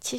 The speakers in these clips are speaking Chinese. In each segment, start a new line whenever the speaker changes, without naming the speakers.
其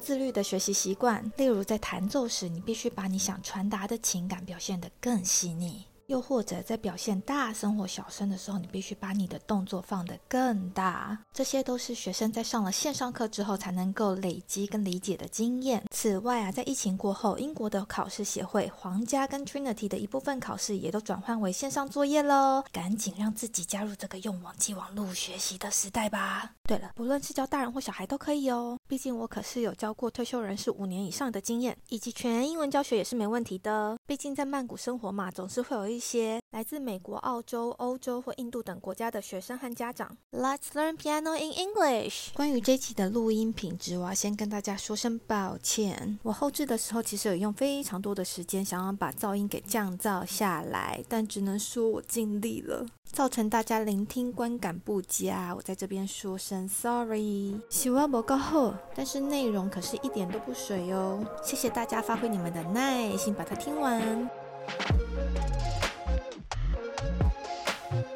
自律的学习习惯，例如在弹奏时，你必须把你想传达的情感表现得更细腻；又或者在表现大声或小声的时候，你必须把你的动作放得更大。这些都是学生在上了线上课之后才能够累积跟理解的经验。此外啊，在疫情过后，英国的考试协会、皇家跟 Trinity 的一部分考试也都转换为线上作业喽。赶紧让自己加入这个用网际网络学习的时代吧！对了，不论是教大人或小孩都可以哦，毕竟我可是有教过退休人士五年以上的经验，以及全英文教学也是没问题的。哦毕竟在曼谷生活嘛，总是会有一些来自美国、澳洲、欧洲或印度等国家的学生和家长。Let's learn piano in English。关于这期的录音品质，我要先跟大家说声抱歉。我后置的时候其实有用非常多的时间，想要把噪音给降噪下来，但只能说我尽力了。造成大家聆听观感不佳，我在这边说声 sorry。喜欢不够后，但是内容可是一点都不水哦。谢谢大家发挥你们的耐心，把它听完。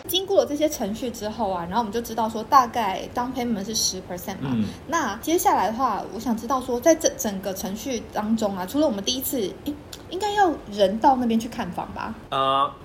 经过了这些程序之后啊，然后我们就知道说大概当 payment 是十 percent 嘛。
嗯，
那接下来的话，我想知道说，在这整个程序当中啊，除了我们第一次，诶应该要人到那边去看房吧？
啊、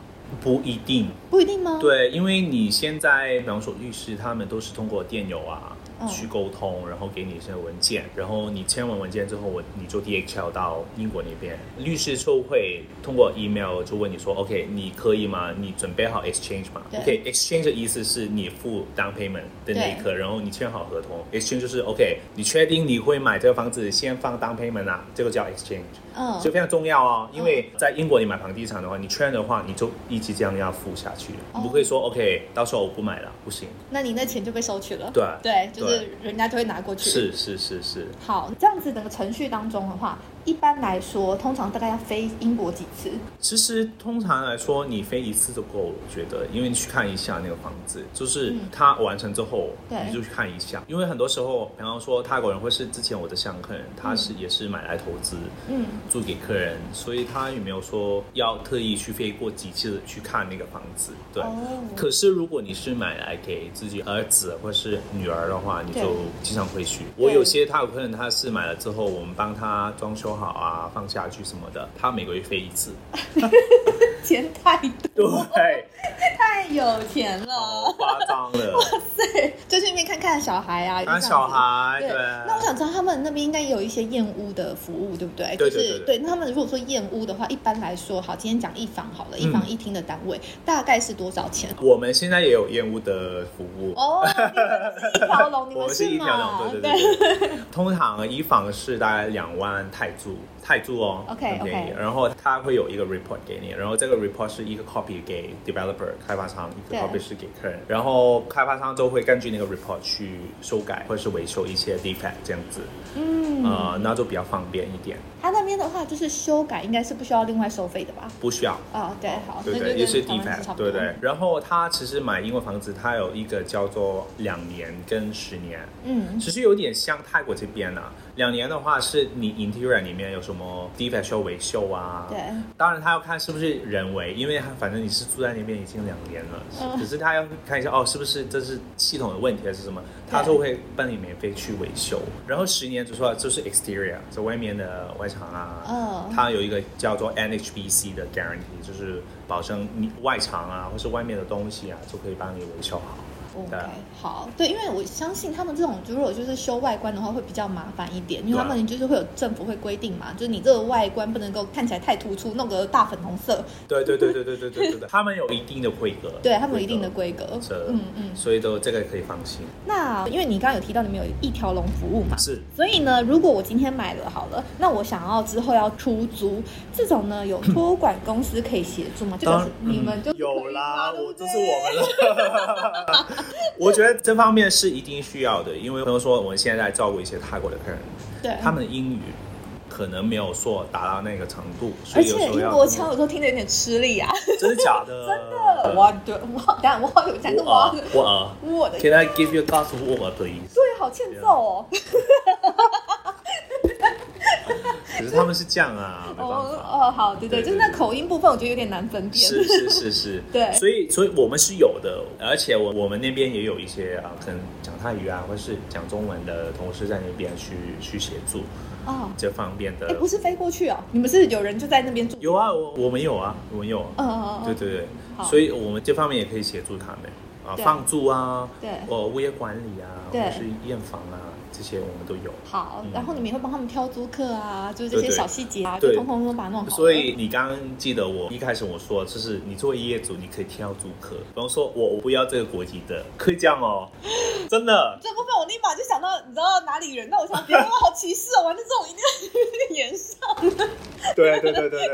不一定，
不一定吗？
对，因为你现在，比方说律师，他们都是通过电邮啊。
嗯
去沟通，然后给你一些文件，然后你签完文件之后，我你就 DHL 到英国那边，律师就会通过 email 就问你说，OK，你可以吗？你准备好 exchange 吗
对
？OK，exchange、的意思是你付 down payment 的那一刻，然后你签好合同，exchange 就是 OK，你确定你会买这个房子，先放 down payment 啊，这个叫 exchange。
嗯
所以非常重要哦，因为在英国你买房地产的话，你圈的话，你就一直这样要付下去，
哦
你不会说 OK，到时候我不买了，不行。
那你那钱就被收取了。
对，
对，就是
对
人家就会拿过去。。
是是是是，
好，这样子整个程序当中的话，一般来说，通常大概要飞英国几次？
其实通常来说，你飞一次就够了，我觉得，因为你去看一下那个房子，就是
嗯
它完成之后，
对
你就去看一下。因为很多时候，比方说泰国人或是之前我的香港人，他是也是买来投资，
嗯，
租给客人，所以他也没有说要特意去飞过几次去看那个房子，对。
哦，
可是如果你是买来给自己儿子或是女儿的话，你
对
就经常会去。
对
我有些他有客人他是买了之后，我们帮他装修好啊，放下去什么的，他每个月飞一 次。
钱太多，
对，
太有钱
好
了。
夸张 了。
对，就去那边看看小孩啊，
当
这样子
小。孩，
对
哎对，，
那我想知道他们那边应该也有一些验屋的服务，对不对？
对
就
对
是
对
对，
对
那他们如果说验屋的话，一般来说，好，今天讲一房好
嗯
了，一房一厅的单位、大概是多少 钱？
我们现在也有厌恶的服务。
哦，你们是一条龙，你们
我们哦是一条
吗？
龙，对对对对。通常一房是大概两万泰铢，泰铢哦
OK，
很便宜
OK
然后他会有一个 report 给你，然后这个 report 是一个 copy 给 developer 开发商，一
对
个 copy 是给客人，然后开发商就会根据那个 report 去修改或是维修一些 defect 这样子，
嗯，
呃，那就比较方便一点，
他那边的话，就是修改应该是不需要另外收费的吧？
不需要
哦，对，好，
对
那
对，
就
也是
跟台湾
defect，
是差不
对
多。
对。然后他其实买英国房子，他有一个叫做两年跟十年，
嗯，
其实有点像泰国这边啊。两年的话，是你 interior 里面有什么 defect 需要维修啊？
对。，
当然，他要看是不是人为，因为他反正你是住在那边已经两年了，
嗯
可是他要看一下哦，是不是这是系统的问题还是什么，他就会帮你免费去维修。然后十年就说就是 exterior，在外面的外墙啊，
嗯
它有一个叫做 NHBC 的 guarantee，就是保证你外墙啊或是外面的东西啊，就可以帮你维修好。对
OK，
啊
好，对，因为我相信他们这种如果就是修外观的话，会比较麻烦一点，因为
对
他
啊
们就是会有政府会规定嘛，就是你这个外观不能够看起来太突出，弄个大粉红色，
对对对对对对对对对，他们有一定的规格，
对他们有一定的规格。
是
嗯嗯。
所以都这个可以放心。
那因为你刚刚有提到你们有一条龙服务嘛，
是
所以呢，如果我今天买了好了，那我想要之后要出租，这种呢 有托管公司可以协助吗？就表示你们就是可以
嗯有啦，
嘛对不
我这
对
是我们 了。我觉得这方面是一定需要的，因为比如说我们现在在照顾一些泰国的客人，
对
他们的英语可能没有说达到那个程度，所
而
以有
且
时候
英
要嗯
国腔有时候听着有点吃力啊。
真的假 的？真的
哇，对，哇，等下哇有讲个哇
我，呃我呃
啊我啊的，
，Can I give you a glass of water, please？
对，好欠揍哦。
可是他们是这样啊，没办
哦
法。
哦，好，对对，
对
就是
对
那口音部分，我觉得有点难 分辨。
是是是是，
对
所以所以我们是有的，而且我我们那边也有一些啊，可能讲泰语啊，或是讲中文的同事在那边去去协助
哦，
这方面
哎，
的。
不是飞过去哦，你们是有人就在那边住？
有啊，我我们有啊，我们有啊，
嗯，嗯嗯，
对对
好
对，所以我们这方面也可以协助他们啊，
对
放住啊，
对
哦，物业管理啊，
对
或是验房啊，这些我们都有。
好，
嗯
然后你们也会帮他们挑租客啊，就是这些
对对
小细节啊，就
对
通通都把它弄好了。
所以你刚刚记得我一开始我说，就是你作为业主，你可以挑租客，比方说我我不要这个国籍的，可以这样哦，真的。
这部分我立马就想到，你知道哪里人？那我想，别人好歧视哦，玩的这种一定颜色。
对对 对对对，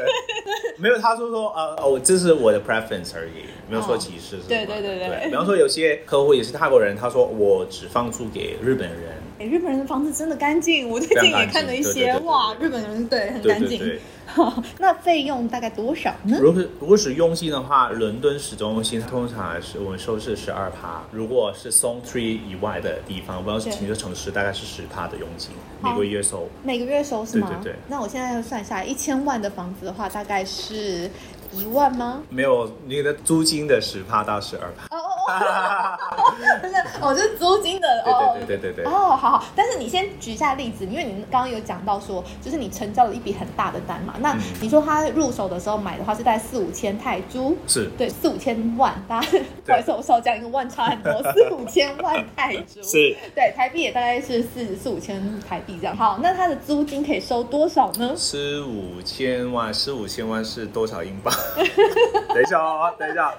没有他说说啊哦，这是我的 preference 而已，没有说歧视什么的、
哦对对对对
比方说有些客户也是泰国人，他说我只放租给日本人，
哎，日本人的房子真的干净，我最近也看了一
非常干净对对
些，
对对
哇，日本人对很
对
干
对
净。
对。
那费用大概多少呢？
如果如果是用心的话，伦敦市中心通常是我们收是十二趴，如果是 Song Tree 以外的地方，不要是
对
停车城市，大概是十趴的佣金，
好
每个月收。
每个月收是吗？
对对对
那我现在算一下，一千万的房子的话，大概是一万吗？
没有你的租金的十趴到十二趴，
哦哦哦， 不是，哦，就是租金的哦。
对对对对对对
哦，好好，但是你先举一下例子，因为你刚刚有讲到说，就是你成交了一笔很大的单嘛，那
嗯
你说他入手的时候买的话是在四五千泰铢，
是
对，四五千万，大家不好意思，我少讲一个万差 很多，四五千万泰铢。
是
对，台币也大概是四四五千台币这样。好，那它的租金可以收多少呢？
十五千万，十五千万是多少英镑？等一下哦，等一下，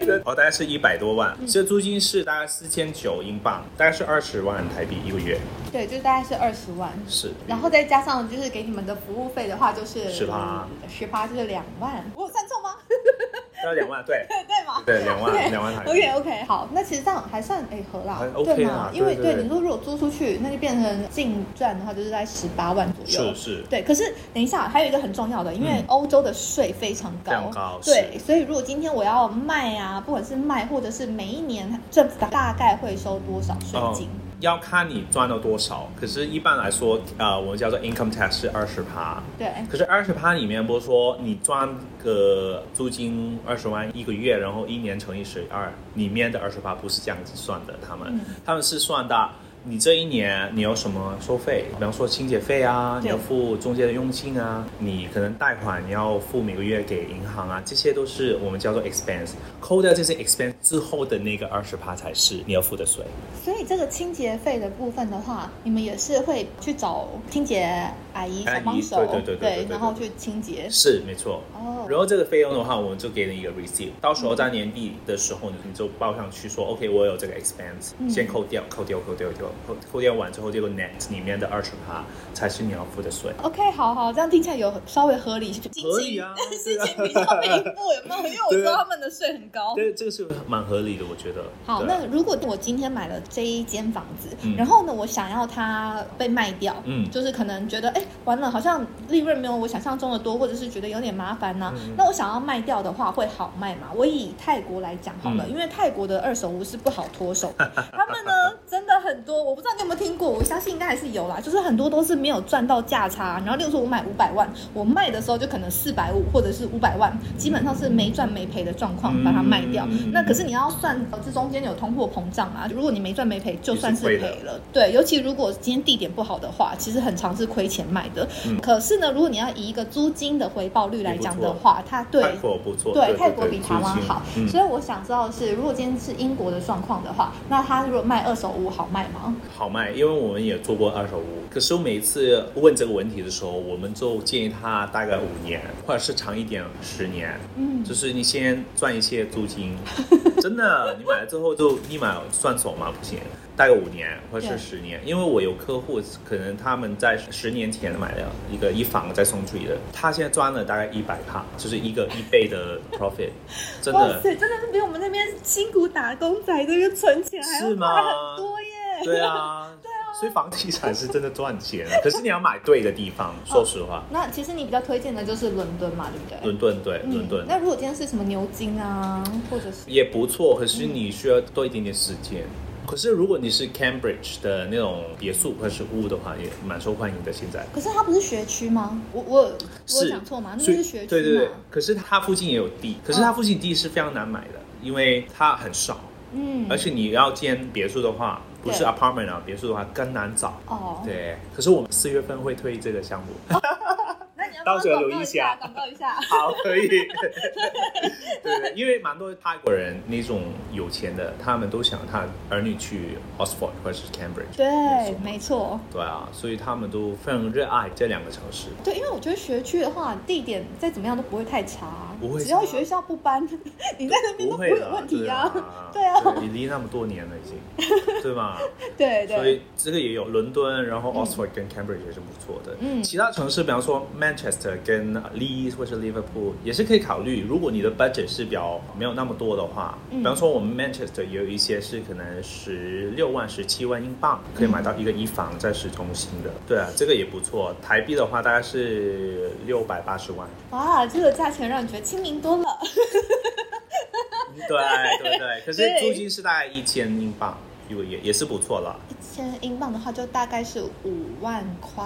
这哦，大概是一百多万，这租金是大概四千九英镑，大概是二十万台币一个月，
对，就大概是二十万。
是。
然后再加上就是给你们的服务费的话，就是
18，
十八就是两万，我有算错吗？
要两万，对
对对吗？
对，两万两万台币。
OK OK，好，那其实这样还算哎合啦
还，OK
吗
啦？
因为
对对
你说如果租出去，那就变成净赚的话，就是在十八万左右
是。是，
对，可是等一下，还有一个很重要的，因为
嗯
欧洲的税非常高，
非常高
对，
是
所以如果今天我要卖啊，不管是卖或者是每一年政府大概会收多少税金？
嗯要看你赚了多少。可是，一般来说，呃，我们叫做 income tax 是二十趴。
对，
可是二十趴里面，不是说你赚个租金二十万一个月，然后一年乘以十二，里面的二十趴不是这样子算的。他们、
嗯
他们是算的，你这一年你有什么收费？比方说清洁费啊，
对
你要付中介的佣金啊，你可能贷款你要付每个月给银行啊，这些都是我们叫做 expense。扣掉这些 expense 之后的那个二十趴才是你要付的税。
所以这个清洁费的部分的话，你们也是会去找清洁阿姨、小
阿姨
帮手，
对对对对对对
然后去清洁。
是没错。
哦，
然后这个费用的话，我们就给你一个 receipt，到时候在年底的时候，你你就报上去说，OK，我有这个 expense，、
嗯
先扣掉，扣掉，扣掉，扣掉扣扣掉完之后，这个 net 里面的二十趴才是你要付的税。
OK，好好，这样听起来有稍微合理，心情
合理啊
心情比较平复，有没有？因为我知道他们的税很高。
这这个是蛮合理的，我觉得。
好，
对啊
那如果我今天买了这一间房子，
嗯
然后呢，我想要它被卖掉，
嗯
就是可能觉得，哎，完了，好像利润没有我想象中的多，或者是觉得有点麻烦呢、
嗯
那我想要卖掉的话，会好卖吗？我以泰国来讲好了，
嗯
因为泰国的二手屋是不好脱手的，他们呢真的很多我不知道你有没有听过，我相信应该还是有啦。就是很多都是没有赚到价差，然后例如说我买五百万，我卖的时候就可能四百五或者是五百万，基本上是没赚没赔的状况
嗯
把它卖掉。那可是你要算呃这中间有通货膨胀啊，如果你没赚没赔，就算是赔
也是亏的
了。对，尤其如果今天地点不好的话，其实很常是亏钱卖的。
嗯
可是呢，如果你要以一个租金的回报率来讲
也
的
不错
话，它对
泰国不错，
对，
对，
泰国
对
比台湾好，
租金嗯
所以我想知道的是，如果今天是英国的状况的话，那他如果卖二手屋好卖吗？
好卖，因为我们也做过二手屋。可是我每次问这个问题的时候，我们就建议他大概五年，或者是长一点十年，
嗯，
就是你先赚一些 租金，真的，你买了之后就立马算走嘛，不行。大概五年或者
对
是十年，因为我有客户，可能他们在十年前买了一个一房在松竹的，他现在赚了大概一百帕，就是一个一倍的 profit，真
哇
的。
塞，真的是比我们那边辛苦打工仔这个存钱还要
是
快
吗
很多耶。
对啊，对啊，所以房地产是真的赚钱，可是你要买对的地方。
嗯
说实话，
那其实你比较推荐的就是伦敦嘛，对不对？
伦敦对伦敦
嗯。那如果今天是什么牛津啊，或者是
也不错，可是你需要多一点点时间。可是如果你是 Cambridge 的那种别墅或者是屋的话，也蛮受欢迎的。现在
可是它不是学区吗？我我有我有
是
讲错吗？那
所以
是学区嘛。
对对对，可是它附近也有地，可是它附近地是非常难买的，因为它很少，
嗯，
而且你要建别墅的话，不是
对
apartment 啊，别墅的话更难找。
哦，
对，可是我们四月份会推这个项 目。
那你要
到时候
帮我
留
广告
意一
一
下
广告一下。
好，可以。 对对，因为蛮多泰国人那种有钱的，他们都想他儿女去 Oxford 或者是 Cambridge，
对
没错，
没错。
对啊，所以他们都非常热爱这两个城市。
对，因为我觉得学区的话，地点再怎么样都不会太差啊，
不会差
只要学校不搬， 你在那边都不会
会
有
的，
问题啊。
对
对啊，
你离那么多年了 已经，对吧？
哎对
所
对
以这个也有伦敦，然后 Oxford 跟 Cambridge 也是不错的。
嗯
其他城市，比方说 Manchester 跟 Leeds 或是 Liverpool 也是可以考虑。如果你的 budget 是比较没有那么多的话，
嗯
比方说我们 Manchester 也有一些是可能十六万、十七万英镑可以买到一个一房在市中心的。对啊，这个也不错。台币的话大概是六百八十万。
哇，这个价钱让你觉得亲民多了。
对对对，可是
对
租金是大概一千英镑，也也也是不错了。
一千英镑的话，就大概是五万块，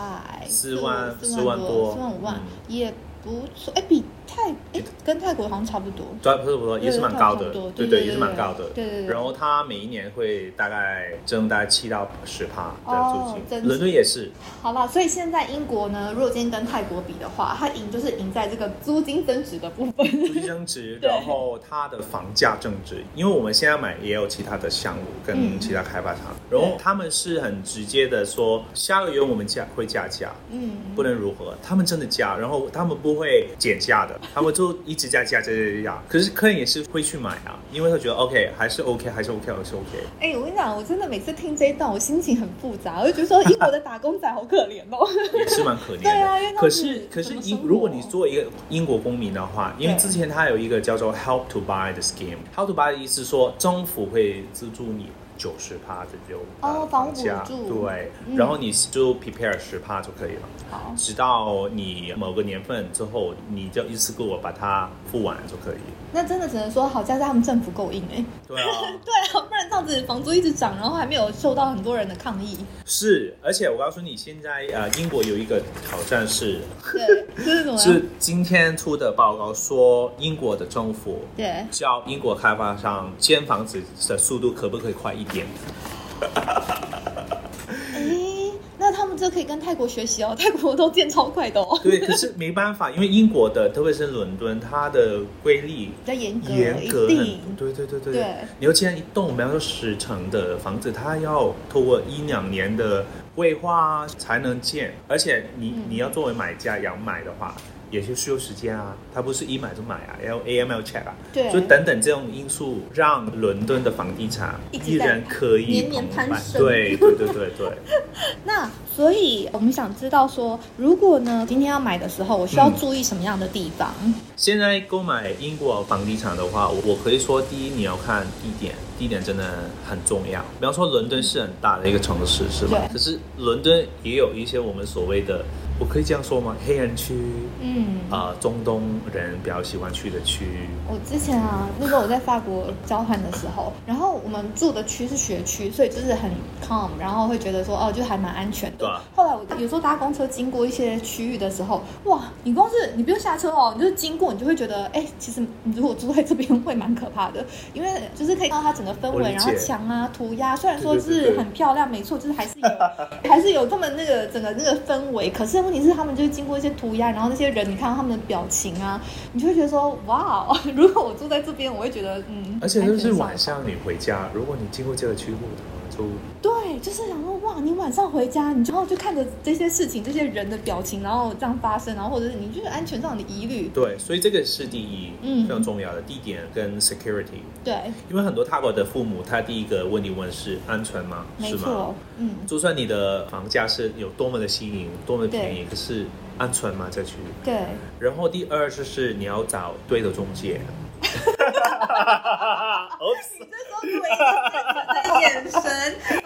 四万
四
四
万
万
多，
多
四万五万
嗯
也不错。哎，比泰哎跟泰国好像差不多。
对，不是不是，也是蛮高的
嗯对差不多，对
对
对对
也是蛮高的。
对对对
然后它每一年会大概增大概七到十趴
哦
的租
增
金，伦敦也 是，
好啦，所以现在英国呢，如果今天跟泰国比的话，它赢就是赢在这个租金增值的部分。
租金增值，
对
然后它的房价增值，因为我们现在买也有其他的项目
嗯
跟其他开发商，然后他们是很直接的说，下个月我们加会加价，
嗯，
不能如何，他们真的加，然后他们不会减价的，他们就一直加加加加加加，可是客人也是会去买啊，因为他觉得 OK 还是 OK 还是 OK 还是 OK，
哎、我跟你讲，我真的每次听这一段，我心情很复杂，我就觉得说英国的打工仔好可怜 哦。
也是蛮可怜的。
对啊因为
可
那
是
你
可是
怎么生
英
活
如果你做一个英国公民的话，因为
对
之前它有一个叫做 Help to Buy 的 scheme，Help to Buy 的意思是说政府会资助你。九十趴的这种
哦
呃
房屋
房价
补助
对，
嗯
然后你就 prepare 十趴就可以了，
好，
直到你某个年份之后，你就一次给我把它付完就可以。
那真的只能说好在是他们政府够硬哎、
对啊，
对啊，不然这样子房租一直涨，然后还没有受到很多人的抗议。
是，而且我告诉你，现在呃，英国有一个挑战是，
对，啊就是怎么样？
是今天出的报告说，英国的政府
对，
叫英国开发商建房子的速度可不可以快一点？
哎、那他们这可以跟泰国学习哦，泰国都建超快的哦，
对，可是没办法，因为英国的，特别是伦敦，它的规例
比较严格，
严格
一
很，
定。
对对对对
对
你要建一栋，比方说十层的房子，它要透过一两年的规划才能建，而且你、
嗯
你要作为买家要买的话。也是需要时间啊，它不是一买就买啊，要 AML check 啊，
对
所以等等这种因素，让伦敦的房地产
一直
依
在
然可以
年年攀
澎湃
升
对对对对对，
那所以我们想知道说，如果呢今天要买的时候，我需要
嗯
注意什么样的地方？
现在购买英国房地产的话，我我可以说，第一你要看地点，地点真的很重要。比方说，伦敦是很大的一个城市，是吧？
对
可是伦敦也有一些我们所谓的我可以这样说吗？黑人区，
嗯，
啊、中东人比较喜欢去的区，
我之前啊，那时候我在法国交换的时候，然后我们住的区是学区，所以就是很 calm，然后会觉得说哦，就还蛮安全的。
对啊
后来我有时候搭公车经过一些区域的时候，哇，你光是你不用下车哦，你就是经过，你就会觉得，哎，其实你如果住在这边会蛮可怕的，因为就是可以看到它整个氛
我理
围，
解
然后墙啊、涂鸦，虽然说
对对对
是
对
很漂亮，没错，就是还是 有还是有这么那个整个那个氛围，可是问题是他们就是经过一些涂鸦，然后那些人，你看到他们的表情啊，你就会觉得说，哇哦！ 如果我住在这边，我会觉得，嗯，
而且就是晚
安全上。
上你回家，如果你经过这个区域的话，就
对，就是想说，哇，你晚上回家，你就然后就看着这些事情、这些人的表情，然后这样发生，然后或者是你就是安全上的疑虑，
对，所以这个是第一，
嗯
非常重要的地点跟 security，
对，
因为很多泰国的父母他第一个问你问是安全吗？
没
是吗
错？，嗯，
就算你的房价是有多么的吸引，多么的便宜，可是安全吗？这区域？
对，
然后第二就是你要找对的中介。Oops，
这时候给我一个眼神，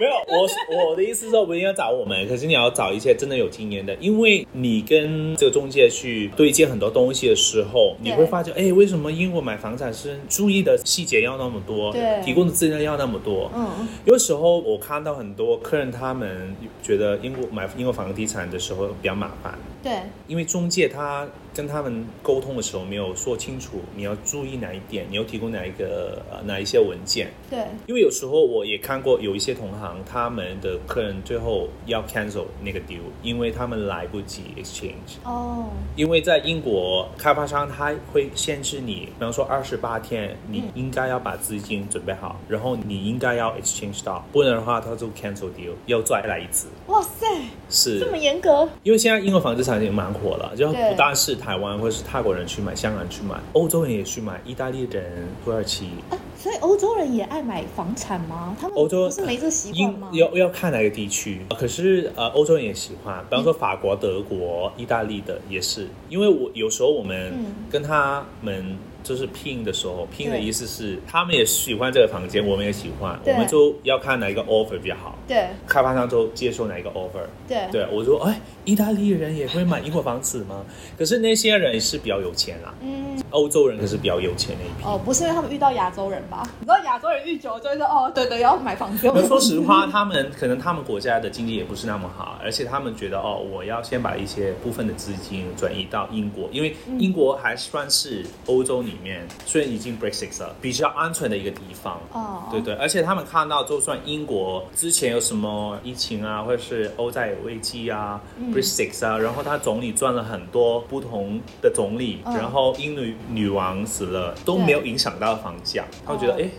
没有，我我的意思是说不一定要找我们，可是你要找一些真的有经验的，因为你跟这个中介去对接很多东西的时候，你
对
会发觉，哎，为什么英国买房产是注意的细节要那么多
对，
提供的资料要那么多？
嗯，
有时候我看到很多客人他们觉得英国买英国房地产的时候比较麻烦，
对，
因为中介他跟他们沟通的时候没有说清楚你要注意哪一点，你要提供哪一个呃哪一些文件。
对，
因为有时候我也看过有一些同行，他们的客人最后要 cancel 那个 deal，因为他们来不及 exchange。
哦，
因为在英国，开发商他会限制你，比方说二十八天，你应该要把资金准备好，然后你应该要 exchange 到，不然的话他就 cancel deal，要再来一次。
哇塞，
是
这么严格，啊
因为现在英国房地产也蛮火了，就
对
不但是台湾或者是泰国人去买，香港人去买，欧洲人也去买，意大利人、土耳其，
啊所以欧洲人也爱买房产吗？他们
欧洲
不是没这习惯
英
吗？
要要看哪个地区。可是呃，欧洲人也喜欢，比方说法国、德国、意大利的也是，因为我有时候我们
嗯
跟他们。就是拼的时候，拼的
对
意思是他们也喜欢这个房间，我们也喜欢，我
对
们就要看哪一个 offer 比较好，
对
开发商就接受哪一个 offer。
对
对，我说，哎，意大利人也会买英国房子吗？可是那些人是比较有钱啦，
嗯，
欧洲人可是比较有钱那一批。
哦，不是因为他们遇到亚洲人吧？你知道亚洲人遇久了就会说，哦，对对，要买房子。
那说实话，他们可能他们国家的经济也不是那么好，而且他们觉得哦，我要先把一些部分的资金转移到英国，因为英国还算是欧洲里面虽然已经 Brexit 了，比较安全的一个地方。
哦，
对对，而且他们看到，就算英国之前有什么疫情啊，或者是欧债危机啊、b
嗯
r e x i t 啊，然后他总理转了很多不同的总理，
嗯
然后英女女王死了都
对
没有影响到房价，他们觉得
哦
哎、诶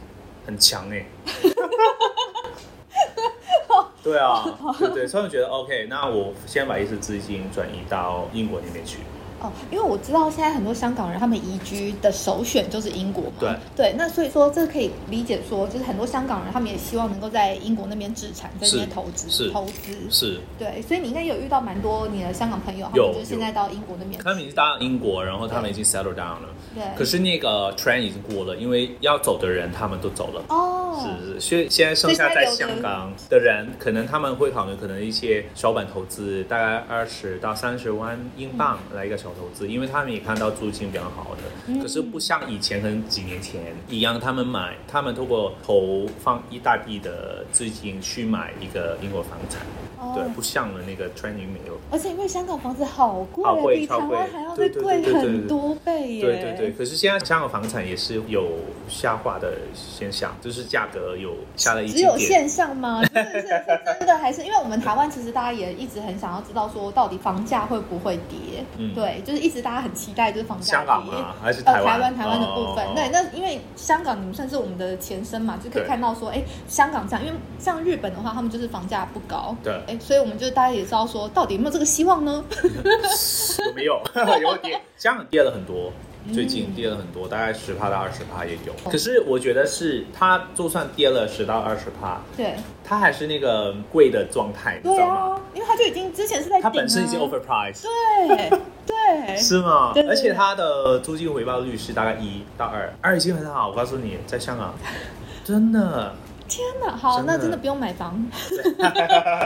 很强 哎、对啊，
哦
对对，所以我觉得 OK，那我先把一些资金转移到英国那边去。
哦，因为我知道现在很多香港人他们移居的首选就是英国嘛。
对
那所以说这可以理解说，就是很多香港人他们也希望能够在英国那边置产，在那边
是
投资，
是
投资。
是，
对，所以你应该有遇到蛮多你的香港朋友，他
有
们就是现在到英国那边。
他们已经到英国，然后他们已经 settle down 了。
对，
可是那个 train 已经过了，因为要走的人他们都走了。
哦，
是是，所以现在剩下在香港的人，可能他们会考虑可能一些小本投资，大概二十到三十万英镑来一个小投资，因为他们也看到租金比较好
嗯
的，可是不像以前可能几年前一样，他们买，他们透过投放一大笔的资金去买一个英国房产，
哦
对，不像了那个 training 没有。
而且因为香港房子好贵
好
哦，
贵
比台
超贵
湾还要再
对对
贵
对对对
很多倍耶。
对对对，可是现在香港房产也是有下滑的现象，就是价格有下了一
只
些
有
点。
线上吗？ 是是是真的还是因为我们台湾其实大家也一直很想要知道说到底房价会不会跌？
嗯
对，就是一直大家很期待就是房价
香港
跌。
吗？还是
呃，
台湾？
台湾台湾的部分，
哦
对，那因为香港你们算是我们的前身嘛，就可以
对
看到说，哎，香港这样，因为像日本的话，他们就是房价不高，
对
哎，所以我们就大家也知道说，到底有没有这个希望呢？
有没有？ 有跌，香港跌了很多，
嗯
最近跌了很多，大概十趴到二十趴也有。可是我觉得是它就算跌了十到二十趴，
对，
它还是那个贵的状态，你知
对
道吗？
啊，因为它就已经之前是在
它
顶
本身已经
啊
overpriced。
对 对，
是吗？
对对
而且
对
它的租金回报率是大概一到二，二已经很好。我告诉你，在香港，真的
天哪，好，
真的
那真的不用买房，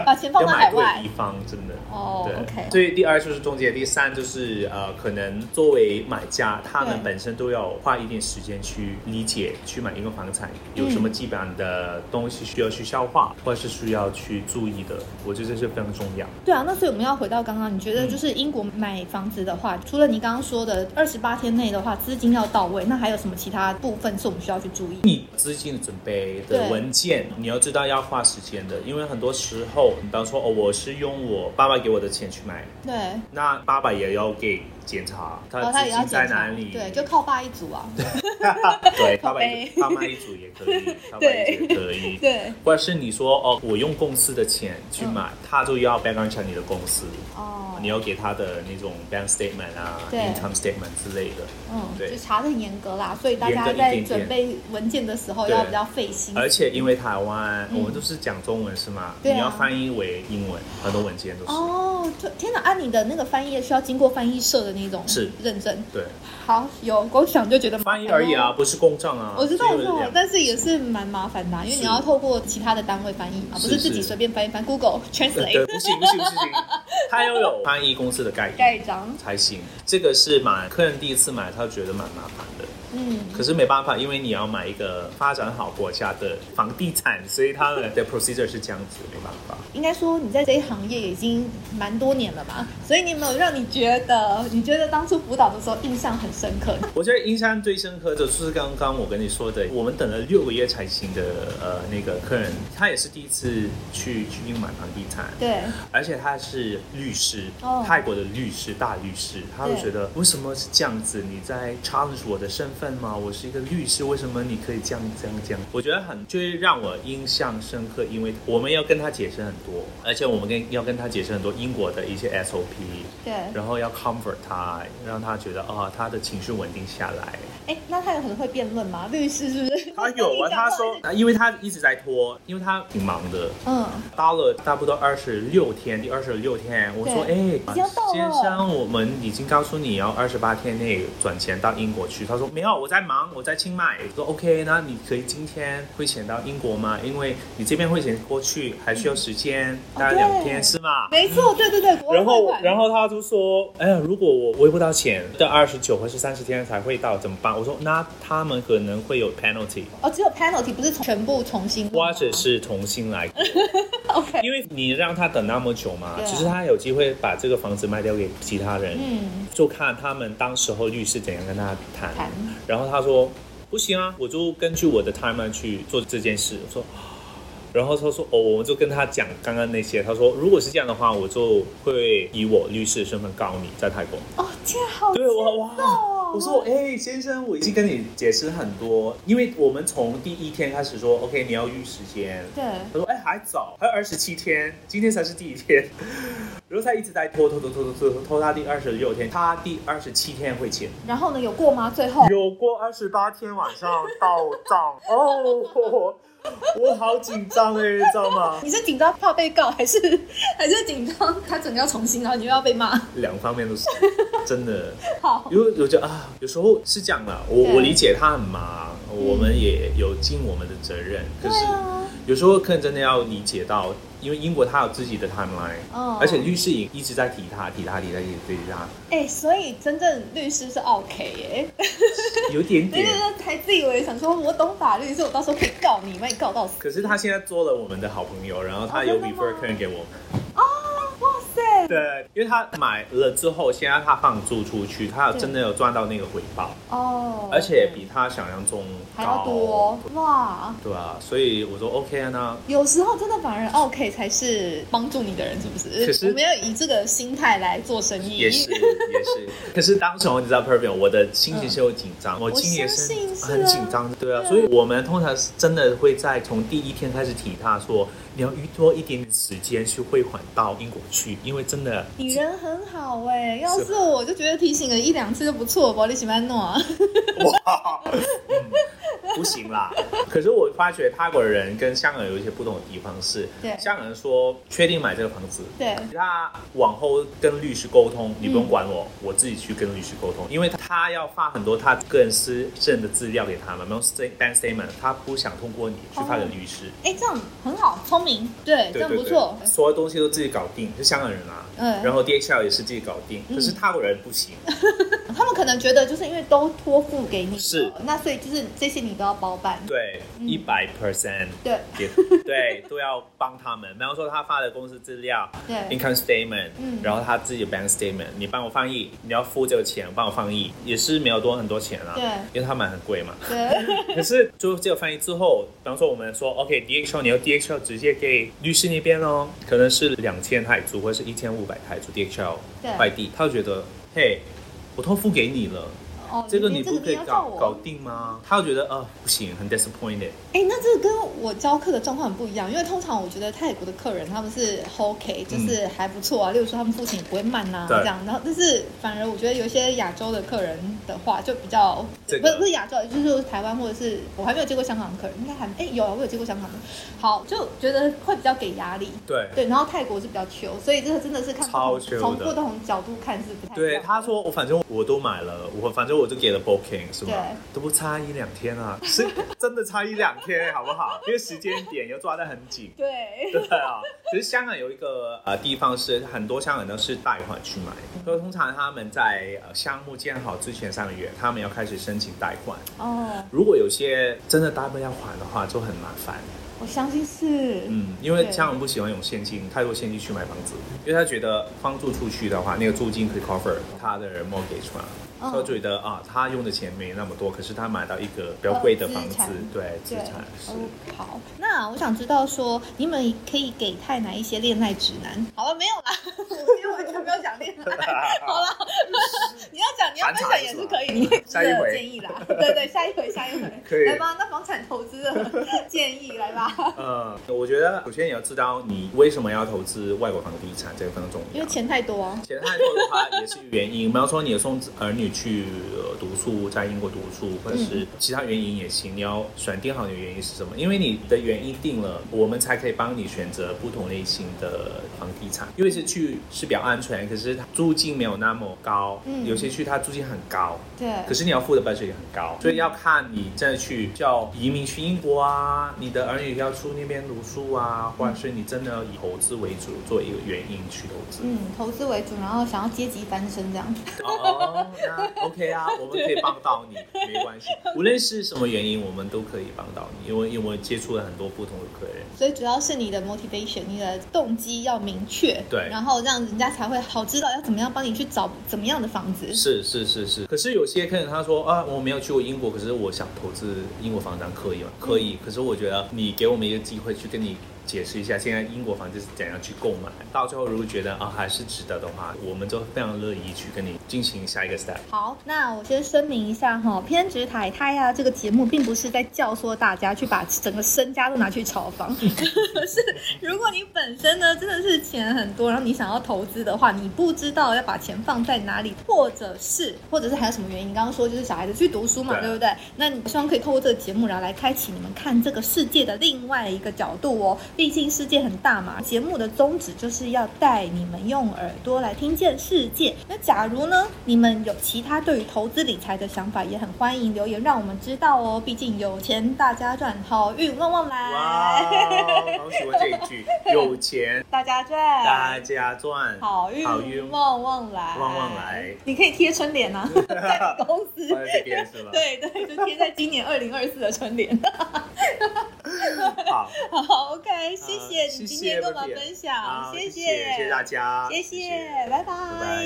把钱放
要
到
买
海
贵
外
地。方，真的。
哦
对
，OK，
所以第二就是中介，第三就是呃，可能作为买家，他们
对
本身都要花一点时间去理解去买一个房产，有什么基本的东西需要去消化，或者是需要去注意的，我觉得这是非常重要。
对啊，那所以我们要回到刚刚，你觉得就是英国买房子的话，除了你刚刚说的二十八天内的话，资金要到位，那还有什么其他部分是我们需要去注意？
你资金的准备的
对
文件，你要知道要花时间的，因为很多时候，你比方说哦，我是用我爸爸给我的钱去买，
对，
那爸爸也要给检查哦他
然后
资
他也要
金
检
在
查
哪，里，
对，就靠爸一族啊，
对，
靠
爸爸一
背
爸妈一组也可 以，爸妈一组也可以。
对，
或者是你说哦，我用公司的钱去买，他就要 background check 你的公司，
嗯哦
你，要给他的那种 bank statement 啊、
对
income statement 之类的。
嗯，
对
就查的很严格啦，所以大
严
家
格一
在
点点
准备文件的时候
对
要比较费心。
而且因为台湾，
嗯
我们都是讲中文是吗？
对啊
你要翻译为英文，很多文件都是。
哦，就天哪！按、你的那个翻译需要经过翻译社的那种
是
认证。
对，
好，有光想就觉得麻
翻
烦
译
哦
而已啊，。不是公账啊。
我知道，我知
只有
道
两，
但是也是蛮麻烦的啊、因为
是
你要透过其他的单位翻译嘛，不是
是是
自己随便翻一翻，Google
对，
Translate
不行不行不行， 他要有翻译公司的概
盖
念
一张。
才行。这个是蛮客人第一次买，他觉得蛮麻烦的。
嗯，
可是没办法，因为你要买一个发展好国家的房地产，所以他们的 procedure 是这样子，没办法。
应该说你在这一行业已经蛮多年了嘛，所以你有没有让你觉得，你觉得当初辅导的时候印象很深 刻？
我觉得印象最深刻的就是刚刚我跟你说的，我们等了六个月才行的呃那个客人，他也是第一次去去英买房地产，
对，
而且他是律师，
哦
泰国的律师，大律师，他会
对
觉得为什么是这样子？你在 challenge 我的身份吗？我是一个律师，为什么你可以这样这样这样？我觉得很就是让我印象深刻，因为我们要跟他解释很多，而且我们跟要跟他解释很多英国的一些 SOP，
对。
然后要 comfort 他，让他觉得啊、他的情绪稳定下来。
哎、那他有很会辩论吗？律师是不是？
他有啊，他说，啊因为他一直在拖，因为他挺忙的，
嗯，
到了差不多二十六天，第二十六天，我说，
对
哎
已经要到，了
先生，我们已经告诉你要二十八天内转钱到英国去。他说没有，我在忙，我在清迈。我说 OK，那你可以今天汇钱到英国吗？因为你这边汇钱过去还需要时间，大
哦
概
对
两天是吗？
没错，对对对，国外
然后
汇，款
然后他就说：“哎呀，如果我汇不到钱，到二十九或是三十天才汇到，怎么办？”我说：“那他们可能会有 penalty，
哦，只有 penalty 不是从全部重新录吗，
或者是重新来
OK，
因为你让他等那么久嘛，
对啊
其实他有机会把这个房子卖掉给其他人，
嗯，
就看他们当时候律师怎样跟他谈。
谈
然后他说不行啊，我就根据我的 timeline 去做这件事。我说，然后他说哦，我就跟他讲刚刚那些。他说如果是这样的话，我就会以我律师的身份告你在泰国。
哦，天啊好，
对我哇
哦，
我说哎、先生，我已经跟你解释很多，因为我们从第一天开始说 OK，你要预时间，
对，
他说：“哎，还早，还有二十七天，今天才是第一天。”然后他一直在拖拖拖拖拖拖拖拖到第二十六天，他第二十七天会签，
然后呢，有过吗？最后
有过二十八天晚上到账哦，我我好紧张哎，你知道吗？
你是紧张怕被告，还是还是紧张他整个要重新，然后你又要被骂？
两方面都是真的，
好，
因为我觉得啊，有时候是这样啦，我
对
我理解他很忙，我们也有尽我们的责任，可
对
是。
啊，
有时候客人真的要理解到，因为英国他有自己的 timeline，、
哦
而且律师也一直在提他，提他，提他，提他提他，
哎、所以真正律师是 OK 耶、
有点
对对。
点
对，还自以为想说我懂法律，所以我到时候可以告你，把你告到死。
可是他现在做了我们的好朋友，然后他
哦
有
真的吗
refer 客人给我们。
啊、哇塞，
对，因为他买了之后，现在他放租出去，他有真的有赚到那个回报，
哦，
而且比他想象中
还要
高。
多哇。
对啊，所以我说 OK 啊，那
有时候真的反而 OK 才是帮助你的人，是不是？
可是
我们要以这个心态来做生意。
也是也是。可是当时候你知道 p e r v i n 我的心情是有紧张，我心里也
我相信是啊
很紧张，对啊。
对啊
所以我们通常是真的会在从第一天开始提他说，你要预多一点点时间去汇款到英国去，因为真的
你人很好哎、要是我就觉得提醒了一两次就不错，保利喜欢诺啊。
哇，嗯不行啦。可是我发觉泰国人跟香港有一些不同的地方是，
对
香港人说确定买这个房子，
对
他往后跟律师沟通，你不用管我，我自己去跟律师沟通，因为他要发很多他个人私证的资料给他们，没有 state bank statement，他不想通过你去发给律师。
哎，这样很好，聪明，对，哎这
对
样
对
不
对
错，，
所有东西都自己搞定，是香港人啊。
嗯
然后 DHL 也是自己搞定，可是
嗯
泰国人不行。
他们可能觉得就是因为都托付给你了，
是
那所以就是这些你都要包办，
对，
嗯
一百 percent，
对
也对，都要帮他们。比方说他发的公司资料
对
，income statement，
嗯
然后他自己的 bank statement，你帮我翻译，你要付这个钱，帮我翻译，也是没有多很多钱啊，
对
因为他们很贵嘛。
对，
可是就这个翻译之后，比方说我们说 OK DHL，你要 DHL 直接给律师那边哦，可能是两千泰铢或者是一千五百泰铢 DHL
对
快递，他就觉得嘿，我托付给你了，
哦，
这个
你
你不可以
要叫
搞
我
搞定吗？他就觉得啊、不行，很 disappointed。
哎，那这个跟我教课的状况很不一样，因为通常我觉得泰国的客人他们是 OK，就是还不错啊，例如说他们付钱也不会慢呐、
嗯对
这样，然后但是反而我觉得有一些亚洲的客人的话就比较，
这个
不是不是亚洲，就是台湾或者是我还没有接过香港的客人，应该还哎有啊，我有接过香港的，好就觉得会比较给压力。
对
对，然后泰国是比较求，所以这个真的是看不同
超 chill
从
的
不同角度看是不太一
对，
样的
他说我反正我都买了，我反正我就给了 booking 是吗
对？
都不差一两天啊， 是真的差一两天好不好？因为时间点又抓得很紧。
对
对啊，其实香港有一个呃地方是很多香港人都是贷款去买，
嗯
所以通常他们在呃项目建好之前三个月，他们要开始申请贷款。
哦，
如果有些真的贷不了款的话，就很麻烦。
我相信是，
嗯，因为
对
香港人不喜欢用现金，太多现金去买房子，因为他觉得房租出去的话，那个租金可以 cover 他的 mortgage 嘛。
嗯
他觉得啊，他用的钱没那么多，可是他买到一个比较贵的房
呃资
子
产，
对，资
对
产是。
哦，好，那我想知道说，你们可以给太奶一些恋爱指南？好了，没有啦， 我因为完全没有讲恋 爱。好了， 你要讲，你要分享也是可以，你也
下一回
建议啦。对对，下一回，下一回，
可以
来吧。那房产投资的 建议来吧，
呃，我觉得首先你要知道你为什么要投资外国房地产，这个非常重要。
因为钱太多啊。
钱太多的话也是原因，比方说你有送儿女去呃读书，在英国读书，或者是其他原因也行。你要选定好你的原因是什么，因为你的原因定了，我们才可以帮你选择不同类型的房地产。因为是去是比较安全，可是它租金没有那么高，
嗯
有些去它租金很高。
对，
可是你要付的 budget 也很高，所以要看你真的去叫移民去英国啊，你的儿女要出那边读书啊，或者是你真的以投资为主做一个原因去投资。
嗯，投资为主，然后想要阶级翻身这样。
哦，那 OK 啊，我们可以帮到你，没关系。无论是什么原因，我们都可以帮到你，因为因为我接触了很多不同的客人。
所以主要是你的 motivation，你的动机要明确，
对
然后让人家才会好知道要怎么样帮你去找怎么样的房子。
是是是是，可是有些客人他说啊，我没有去过英国，可是我想投资英国房产，可以吗？可
嗯
以。可是我觉得你给我们一个机会去跟你。解释一下，现在英国房子是怎样去购买？到最后如果觉得啊还是值得的话，我们就非常乐意去跟你进行下一
嗯
个 step。
好，那我先声明一下哈，偏执太太啊，这个节目并不是在教唆大家去把整个身家都拿去炒房，是如果你本身呢真的是钱很多，然后你想要投资的话，你不知道要把钱放在哪里，或者是或者是还有什么原因？刚刚说就是小孩子去读书嘛，
对
对不对？那你希望可以透过这个节目，然后来开启你们看这个世界的另外一个角度哦。毕竟世界很大嘛，节目的宗旨就是要带你们用耳朵来听见世界。那假如呢，你们有其他对于投资理财的想法，也很欢迎留言让我们知道哦。毕竟有钱大家赚，好运旺旺
哇，
来，
好喜欢这一句，有钱
大家赚，
大家赚，
好运
好运
旺旺来，
旺旺来，
你可以贴春联 啊，在你公司，
放在这边是吧？
对对，就贴在今年二零二四的春联。
好，
好，OK，谢谢
谢
你今天
谢
跟我们
Vivian
分享
好，，
谢
呃谢谢大家，
谢谢，拜拜
拜。